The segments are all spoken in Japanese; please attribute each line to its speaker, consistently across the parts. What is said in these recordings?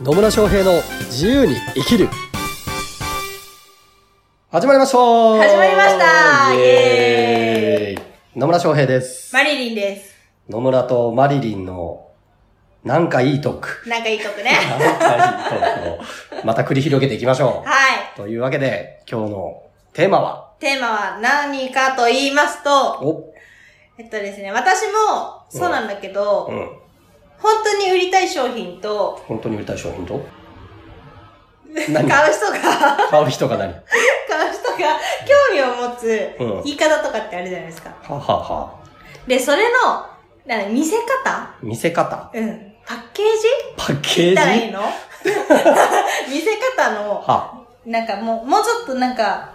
Speaker 1: 野村翔平の自由に生きる始まりました
Speaker 2: 始まりました
Speaker 1: イエーイ野村翔平です。
Speaker 2: マリリンです。
Speaker 1: 野村とマリリンのなんかいいトーク。
Speaker 2: なんかいい曲ね。
Speaker 1: なんかいいトークをまた繰り広げていきましょ
Speaker 2: は。
Speaker 1: う。というわけで、今日のテーマはい
Speaker 2: テーマは何かと言いますと、
Speaker 1: お、
Speaker 2: えっとですね、私もそうなんだけど、
Speaker 1: うん。
Speaker 2: 本当に売りたい商品と、
Speaker 1: 本当に売りたい商品と
Speaker 2: 買う人
Speaker 1: 何
Speaker 2: が、
Speaker 1: 買う人が何
Speaker 2: 買う人が興味を持つ
Speaker 1: うん。は
Speaker 2: 言い方とかってあるじゃないですか。
Speaker 1: はは
Speaker 2: で、それの、な見せ方
Speaker 1: 見せ方
Speaker 2: うん。パッケージ
Speaker 1: パッケージ
Speaker 2: 言ったらいいの 見せ方の、
Speaker 1: は、
Speaker 2: なんかもう、もうちょっとなんか、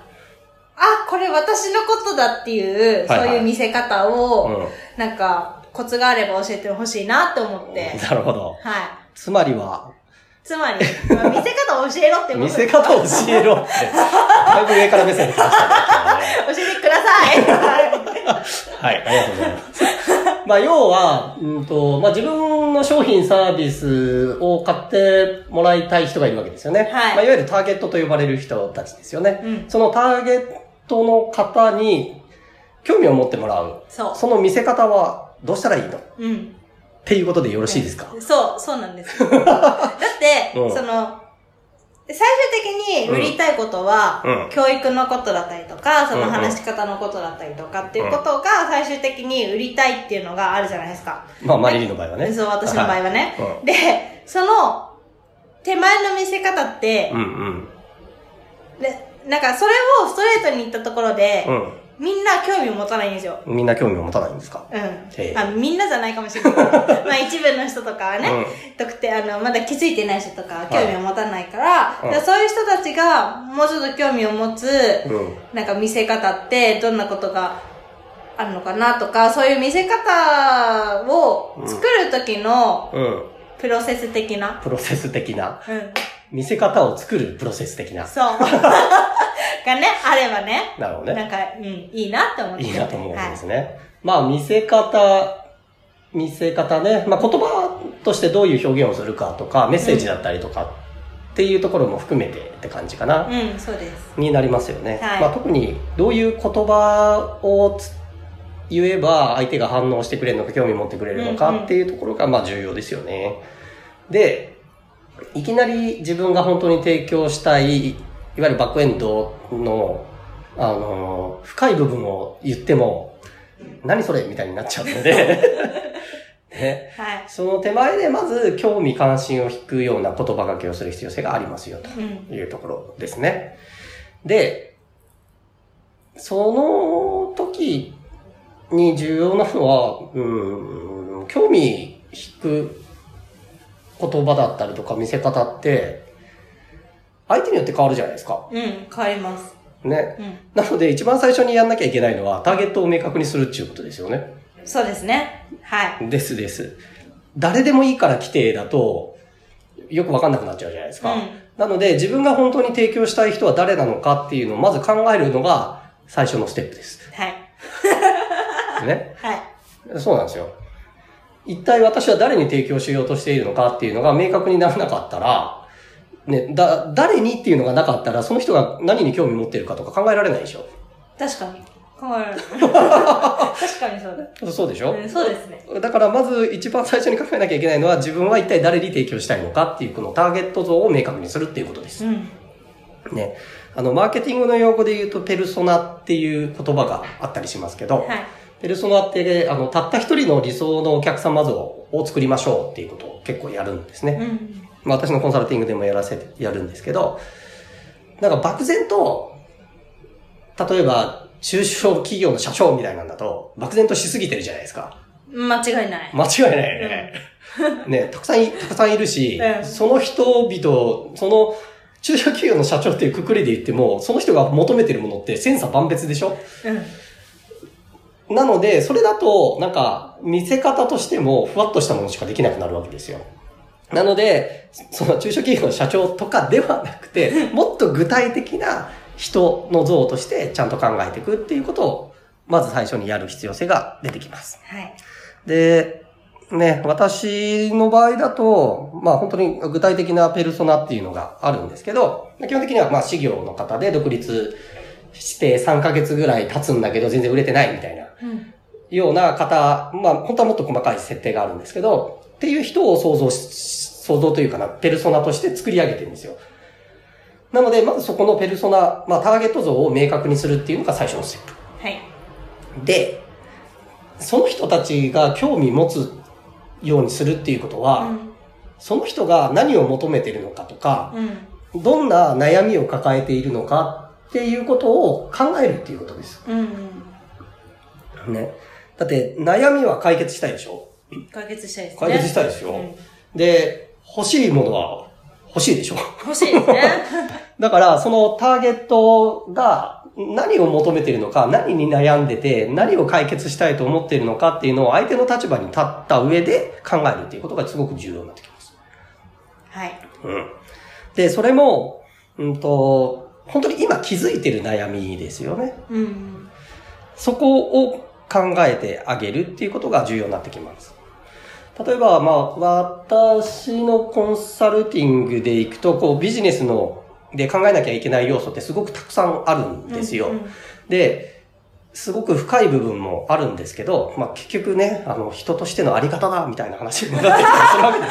Speaker 2: あ、これ私のことだっていう、
Speaker 1: はいはい
Speaker 2: そういう見せ方を、
Speaker 1: うん。
Speaker 2: なんか、コツがあれば教えてほしいなって思って。
Speaker 1: なるほど。
Speaker 2: はい。
Speaker 1: つまりは、
Speaker 2: つまり、まあ見せ方を教えろってこと
Speaker 1: 見せ方を教えろって、だいぶ上から目線で来ましたね
Speaker 2: 教えてくださ い。はい
Speaker 1: 今日はね。はい、ありがとうござい ます。まあ、要は、うんと、まあ、自分の商品サービスを買ってもらいたい人がいるわけですよね。
Speaker 2: い
Speaker 1: まあ、いわゆるターゲットと呼ばれる人たちですよね。
Speaker 2: うん。
Speaker 1: そのターゲットの方に興味を持ってもらう。
Speaker 2: そ
Speaker 1: その見せ方はどうしたらいいのっ
Speaker 2: う。うん。
Speaker 1: ていうことでよろしいですか、
Speaker 2: そう、そうなんです。だって、
Speaker 1: うん
Speaker 2: その、最終的に売りたいことは、
Speaker 1: うん
Speaker 2: 教育のことだったりとか、そ
Speaker 1: うん
Speaker 2: の
Speaker 1: うん
Speaker 2: 話し方のことだったりとかっていうことが、最終的に売りたいっていうのがあるじゃないですか。
Speaker 1: まあ、マリリンの場合はね。
Speaker 2: そう、私の場合はね。
Speaker 1: は
Speaker 2: で、その、手前の見せ方って、
Speaker 1: うん。うんうん。
Speaker 2: で、なんかそれをストレートに言ったところで、
Speaker 1: う
Speaker 2: みんな興味を持たないんですよ。
Speaker 1: ん。みんな興味を持たないんですか
Speaker 2: うん。
Speaker 1: ええ
Speaker 2: あみんなじゃないかも しれない。まあ一部の人とかはね、
Speaker 1: うん
Speaker 2: 特定、あの、まだ気づいてない人とかは興味を持たないから、
Speaker 1: い
Speaker 2: でそういう人たちがもうちょっと興味を持つ、
Speaker 1: うん。
Speaker 2: なんか見せ方ってどんなことがあるのかなとか、そういう見せ方を作る時の
Speaker 1: うん。
Speaker 2: プロセス的な。
Speaker 1: プロセス的な。
Speaker 2: うん。
Speaker 1: 見せ方を作るプロセス的な。
Speaker 2: そう。 がね、あればね、
Speaker 1: なるほど
Speaker 2: な
Speaker 1: ね。
Speaker 2: んか、うん、いいなって思って。
Speaker 1: いいなと思うんです
Speaker 2: は
Speaker 1: ね。まあ、見せ方、見せ方ね。まあ、言葉としてどういう表現をするかとか、メッセージだったりとか、っていうところも含めてって感じかな。
Speaker 2: いうん、そうです。
Speaker 1: になりますよね。
Speaker 2: はい
Speaker 1: まあ、特にどういう言葉をつ言えば相手が反応してくれるのか興味持ってくれるの
Speaker 2: うんう
Speaker 1: か
Speaker 2: ん
Speaker 1: っていうところがまあ重要ですよね。で、いきなり自分が本当に提供したい、いわゆるバックエンドの、あのー深い部分を言っても、何それみたいになっちゃうので、 ね、
Speaker 2: はい。
Speaker 1: その手前でまず興味関心を引くような言葉がけをする必要性がありますよと。
Speaker 2: うん。
Speaker 1: いうところですね。で、その時に重要なのは、うん、興味引く言葉だったりとか見せ方って、相手によって変わるじゃないですか。
Speaker 2: うん、変わります。
Speaker 1: ね。
Speaker 2: うん。
Speaker 1: なので一番最初にやんなきゃいけないのは、ターゲットを明確にするっていうことですよね。
Speaker 2: そうですね。はい。
Speaker 1: ですです。誰でもいいから来てだと、よくわかんなくなっちゃうじゃないですか。
Speaker 2: う
Speaker 1: なので、自分が本当に提供したい人は誰なのかっていうのをまず考えるのが最初のステップです。
Speaker 2: ん。はい。
Speaker 1: ね。
Speaker 2: はい。
Speaker 1: そうなんですよ。一体私は誰に提供しようとしているのかっていうのが明確にならなかったら、ね、だ、誰にっていうのがなかったら、その人が何に興味持ってるかとか考えられないでしょ。
Speaker 2: 確かに。変わる。確かにそう
Speaker 1: そうでし
Speaker 2: だ。
Speaker 1: ょ
Speaker 2: うん、そうですね。
Speaker 1: だからまず一番最初に考えなきゃいけないのは自分は一体誰に提供したいのかっていうこのターゲット像を明確にするっていうことです。
Speaker 2: うん。
Speaker 1: ね。あの、マーケティングの用語で言うとペルソナっていう言葉があったりしますけど、
Speaker 2: はい。
Speaker 1: ペルソナって、あの、たった一人の理想のお客様像を作りましょうっていうことを結構やるんですね。
Speaker 2: うん。
Speaker 1: まあ私のコンサルティングでもやらせて、やるんですけど、なんか漠然と、例えば、中小企業の社長みたいなんだと、漠然としすぎてるじゃないですか。
Speaker 2: 間違いない。
Speaker 1: 間違いないよね。ね、たくさんい、たくさんいるし、
Speaker 2: うん
Speaker 1: その人々、その、中小企業の社長っていうくくりで言っても、その人が求めてるものって千差万別でしょ
Speaker 2: うん。
Speaker 1: なので、それだと、なんか、見せ方としても、ふわっとしたものしかできなくなるわけですよ。なので、その中小企業の社長とかではなくて、もっと具体的な人の像としてちゃんと考えていくっていうことを、まず最初にやる必要性が出てきます。
Speaker 2: はい。
Speaker 1: で、ね、私の場合だと、まあ本当に具体的なペルソナっていうのがあるんですけど、基本的にはまあ事業の方で独立して3ヶ月ぐらい経つんだけど全然売れてないみたいな
Speaker 2: うん。
Speaker 1: ような方、まあ本当はもっと細かい設定があるんですけど、っていう人を想像し、想像というかな、ペルソナとして作り上げてるんですよ。なので、まずそこのペルソナ、まあターゲット像を明確にするっていうのが最初のステップ。
Speaker 2: はい。
Speaker 1: で、その人たちが興味持つようにするっていうことは、
Speaker 2: うん。
Speaker 1: その人が何を求めてるのかとか、
Speaker 2: うん。
Speaker 1: どんな悩みを抱えているのかっていうことを考えるっていうことです。
Speaker 2: うん。
Speaker 1: ね。だって、悩みは解決したいでしょ
Speaker 2: 解決したいですね。
Speaker 1: 解決したいですよ。で、欲しいものは欲しいでしょ
Speaker 2: うん欲しいですね。
Speaker 1: だから、そのターゲットが何を求めているのか、何に悩んでて、何を解決したいと思っているのかっていうのを相手の立場に立った上で考えるっていうことがすごく重要になってきます。
Speaker 2: はい。
Speaker 1: うん。で、それも、うんと、本当に今気づいてる悩みですよね。
Speaker 2: うん。
Speaker 1: そこを考えてあげるっていうことが重要になってきます。例えば、まあ、私のコンサルティングでいくと、こう、ビジネスの、で考えなきゃいけない要素ってすごくたくさんあるんですよ。
Speaker 2: うん
Speaker 1: で、すごく深い部分もあるんですけど、まあ結局ね、あの、人としてのあり方だ、みたいな話にもなってきたりするわけ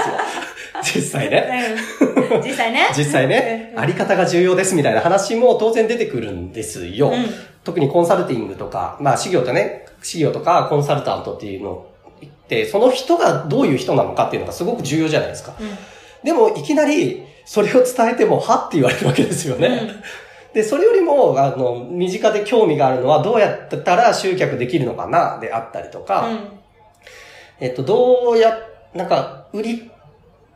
Speaker 1: ですよ。実際ね。
Speaker 2: うん実際ね。
Speaker 1: 実際ね、あり方が重要ですみたいな話も当然出てくるんですよ。
Speaker 2: うん
Speaker 1: 特にコンサルティングとか、まあ、事業とね、事業とかコンサルタントっていうのって、その人がどういう人なのかっていうのがすごく重要じゃないですか。でも、いきなり、それを伝えても、はって言われるわけですよね。
Speaker 2: うん
Speaker 1: で、それよりも、あの、身近で興味があるのは、どうやったら集客できるのかな、であったりとか、
Speaker 2: うん。
Speaker 1: えっと、どうや、なんか、売り、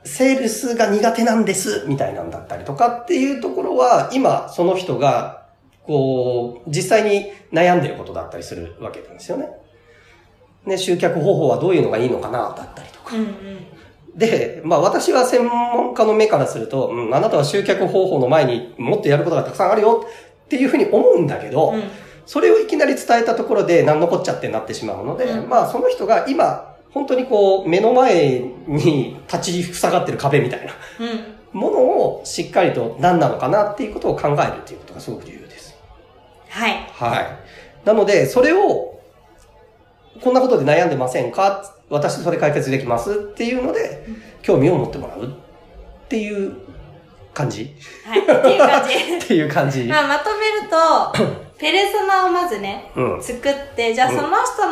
Speaker 1: セールスが苦手なんです、みたいなんだったりとかっていうところは、今、その人が、こう、実際に悩んでることだったりするわけなんですよね。ね、集客方法はどういうのがいいのかな、だったりとか。
Speaker 2: うん。うん。
Speaker 1: で、まあ私は専門家の目からすると、うん、あなたは集客方法の前にもっとやることがたくさんあるよっていうふうに思うんだけど、
Speaker 2: うん。
Speaker 1: それをいきなり伝えたところで何のこっちゃってなってしまうので、
Speaker 2: うん
Speaker 1: まあその人が今、本当にこう、目の前に立ち塞がってる壁みたいな
Speaker 2: うん。
Speaker 1: ものをしっかりと何なのかなっていうことを考えるっていうことがすごく重要です。
Speaker 2: はい。
Speaker 1: はい。なので、それを、こんなことで悩んでませんか私それ解決できますっていうので
Speaker 2: うん、
Speaker 1: 興味を持ってもらうっていう感じ
Speaker 2: はい。っていう 感じ。
Speaker 1: っていう感じ。
Speaker 2: まあ、まとめ ると、ペルソナをまずね、
Speaker 1: うん。
Speaker 2: 作って、じゃあ
Speaker 1: うん
Speaker 2: その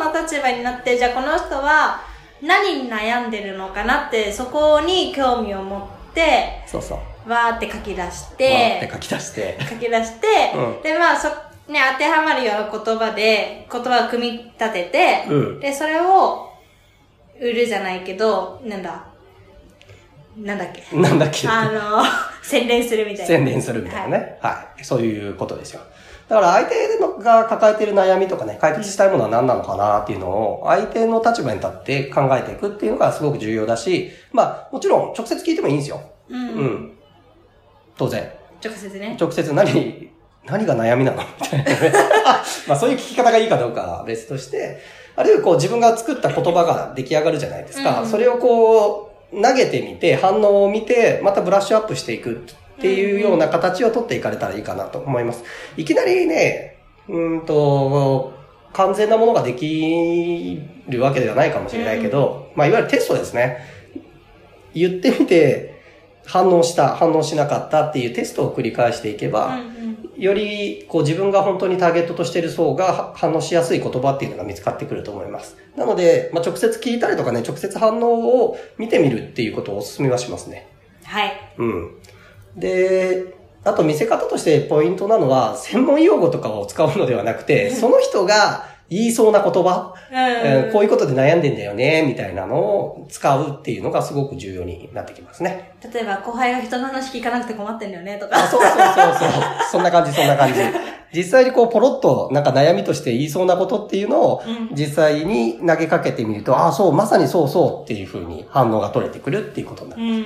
Speaker 2: 人の立場になって、じゃあこの人は何に悩んでるのかなって、そこに興味を持って、
Speaker 1: そうそう。
Speaker 2: わーって書き出し
Speaker 1: わーって
Speaker 2: て、
Speaker 1: 書き出して。
Speaker 2: 書き出して、
Speaker 1: うん
Speaker 2: で、まあ、そ、ね、当てはまるような言葉で、言葉を組み立てて、
Speaker 1: うん。
Speaker 2: で、それを、売るじゃないけど、なんだ、なんだっけ。
Speaker 1: なんだっけ
Speaker 2: あ の、洗練するみたいな。
Speaker 1: 洗練するみたいなね。はい。そういうことですよ。だから相手のが抱えてる悩みとかね、解決したいものは何なのかなっていうのを、相手の立場に立って考えていくっていうのがすごく重要だし、まあ、もちろん直接聞いてもいいんですよ。
Speaker 2: う
Speaker 1: う。
Speaker 2: ん。
Speaker 1: ん。当然。
Speaker 2: 直接ね。
Speaker 1: 直接何、何が悩みなの みたいなね。まあそういう聞き方がいいかどうかは別として、あるいはこう自分が作った言葉が出来上がるじゃないですか。
Speaker 2: うん
Speaker 1: それをこう投げてみて、反応を見て、またブラッシュアップしていくっていうような形を取っていかれたらいいかなと思います。いきなりね、うーんと、完全なものができるわけではないかもしれないけど、まあいわゆるテストですね。言ってみて、反応した、反応しなかったっていうテストを繰り返していけ
Speaker 2: うん
Speaker 1: ば、
Speaker 2: うん。
Speaker 1: よりこう自分が本当にターゲットとしている層がは反応しやすい言葉っていうのが見つかってくると思います。なので、まあ、直接聞いたりとかね、直接反応を見てみるっていうことをお勧めはしますね。
Speaker 2: はい。
Speaker 1: うん。で、あと見せ方としてポイントなのは、専門用語とかを使うのではなくて、その人が言いそうな言葉、えーこういうことで悩んでんだよね、みたいなのを使うっていうのがすごく重要になってきますね。
Speaker 2: 例えば後輩が人の話聞かなくて困ってんだよねと
Speaker 1: あ、
Speaker 2: か。
Speaker 1: そうそうそうそう。そんな感じ、そんな感じ。実際にこう、ポロッと、なんか悩みとして言いそうなことっていうのを
Speaker 2: うん、
Speaker 1: 実際に投げかけてみると、ああ、そう、まさにそうそうっていう風に反応が取れてくるっていうことにな
Speaker 2: う
Speaker 1: る。
Speaker 2: ん。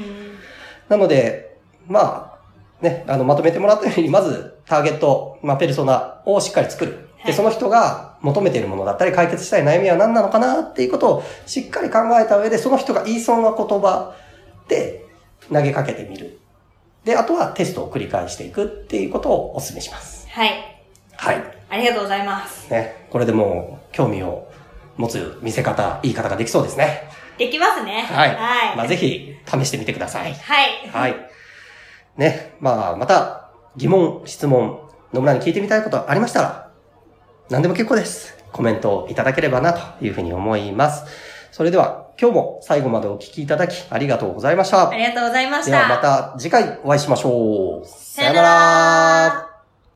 Speaker 1: なので、まあ、ね、あの、まとめてもらったように、まず、ターゲット、まあ、ペルソナをしっかり作る。
Speaker 2: は
Speaker 1: で、
Speaker 2: い
Speaker 1: その人が求めているものだったり、解決したい悩みは何なのかなっていうことをしっかり考えた上で、その人が言いそうな言葉で投げかけてみる。で、あとはテストを繰り返していくっていうことをお勧めします。
Speaker 2: はい。
Speaker 1: はい。
Speaker 2: ありがとうございます。
Speaker 1: ね。これでもう、興味を持つ見せ方、言い方ができそうですね。
Speaker 2: できますね。
Speaker 1: はい。
Speaker 2: はい。
Speaker 1: まあ、ぜひ、試してみてください。
Speaker 2: はい。
Speaker 1: はい。ね。まあ、また、疑問、質問、野村に聞いてみたいことありましたら、何でも結構です。コメントをいただければな、というふうに思います。それでは、今日も最後までお聞きいただき、ありがとうございました
Speaker 2: あ。りがとうございまし
Speaker 1: で
Speaker 2: た。
Speaker 1: はまた次回お会いしましょう。さ
Speaker 2: さよなら。